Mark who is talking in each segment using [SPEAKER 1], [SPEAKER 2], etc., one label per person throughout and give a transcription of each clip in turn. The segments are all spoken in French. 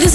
[SPEAKER 1] This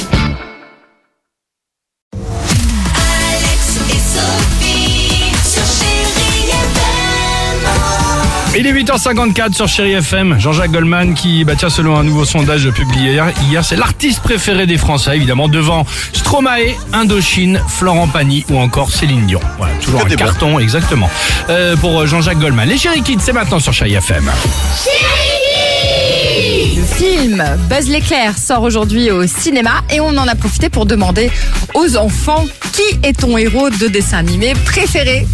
[SPEAKER 2] Alex et Sophie sur Chéri FM.
[SPEAKER 3] Il est 8h54 sur Chéri FM. Jean-Jacques Goldman qui, bah tiens, selon un nouveau sondage publié hier, hier c'est l'artiste préféré des Français, évidemment, devant Stromae, Indochine, Florent Pagny ou encore Céline Dion. Voilà, toujours un carton, exactement. Euh, pour Jean-Jacques Goldman. Les Chéri Kids, c'est maintenant sur Chéri FM.
[SPEAKER 4] Le film Buzz l'éclair sort aujourd'hui au cinéma et on en a profité pour demander aux enfants qui est ton héros de dessin animé préféré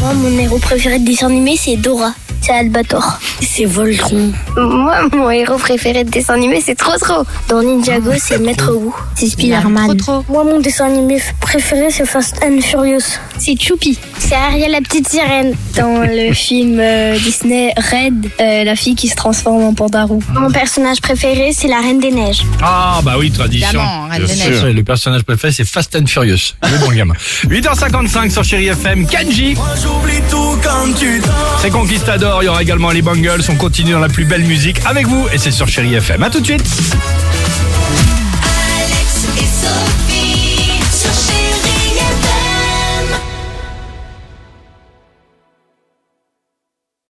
[SPEAKER 5] Moi, mon héros préféré de dessin animé, c'est Dora. C'est Albator. C'est Voltron. Moi, mon héros préféré de dessin animé, c'est Trotro. Dans Ninjago, c'est Maître Wu. C'est Spider-Man. Moi, mon dessin animé préféré, c'est Fast and Furious. C'est Choupi. C'est Ariel, la petite sirène. Dans le film euh, Disney, Red, euh, la fille qui se transforme en pandarou. Mon personnage préféré, c'est la Reine des Neiges.
[SPEAKER 3] Ah, bah oui, tradition.
[SPEAKER 4] Évidemment, Reine
[SPEAKER 3] Bien
[SPEAKER 4] des
[SPEAKER 3] sûr.
[SPEAKER 4] Neiges.
[SPEAKER 3] Ouais, Le personnage préféré, c'est Fast and Furious. Le bon gamin. 8h55 sur Chéri FM. Kenji. C'est Conquistador. Il y aura également les Bangles. On continue dans la plus belle musique avec vous. Et c'est sur Chéri FM. À tout de suite.
[SPEAKER 2] Alex et Sophie.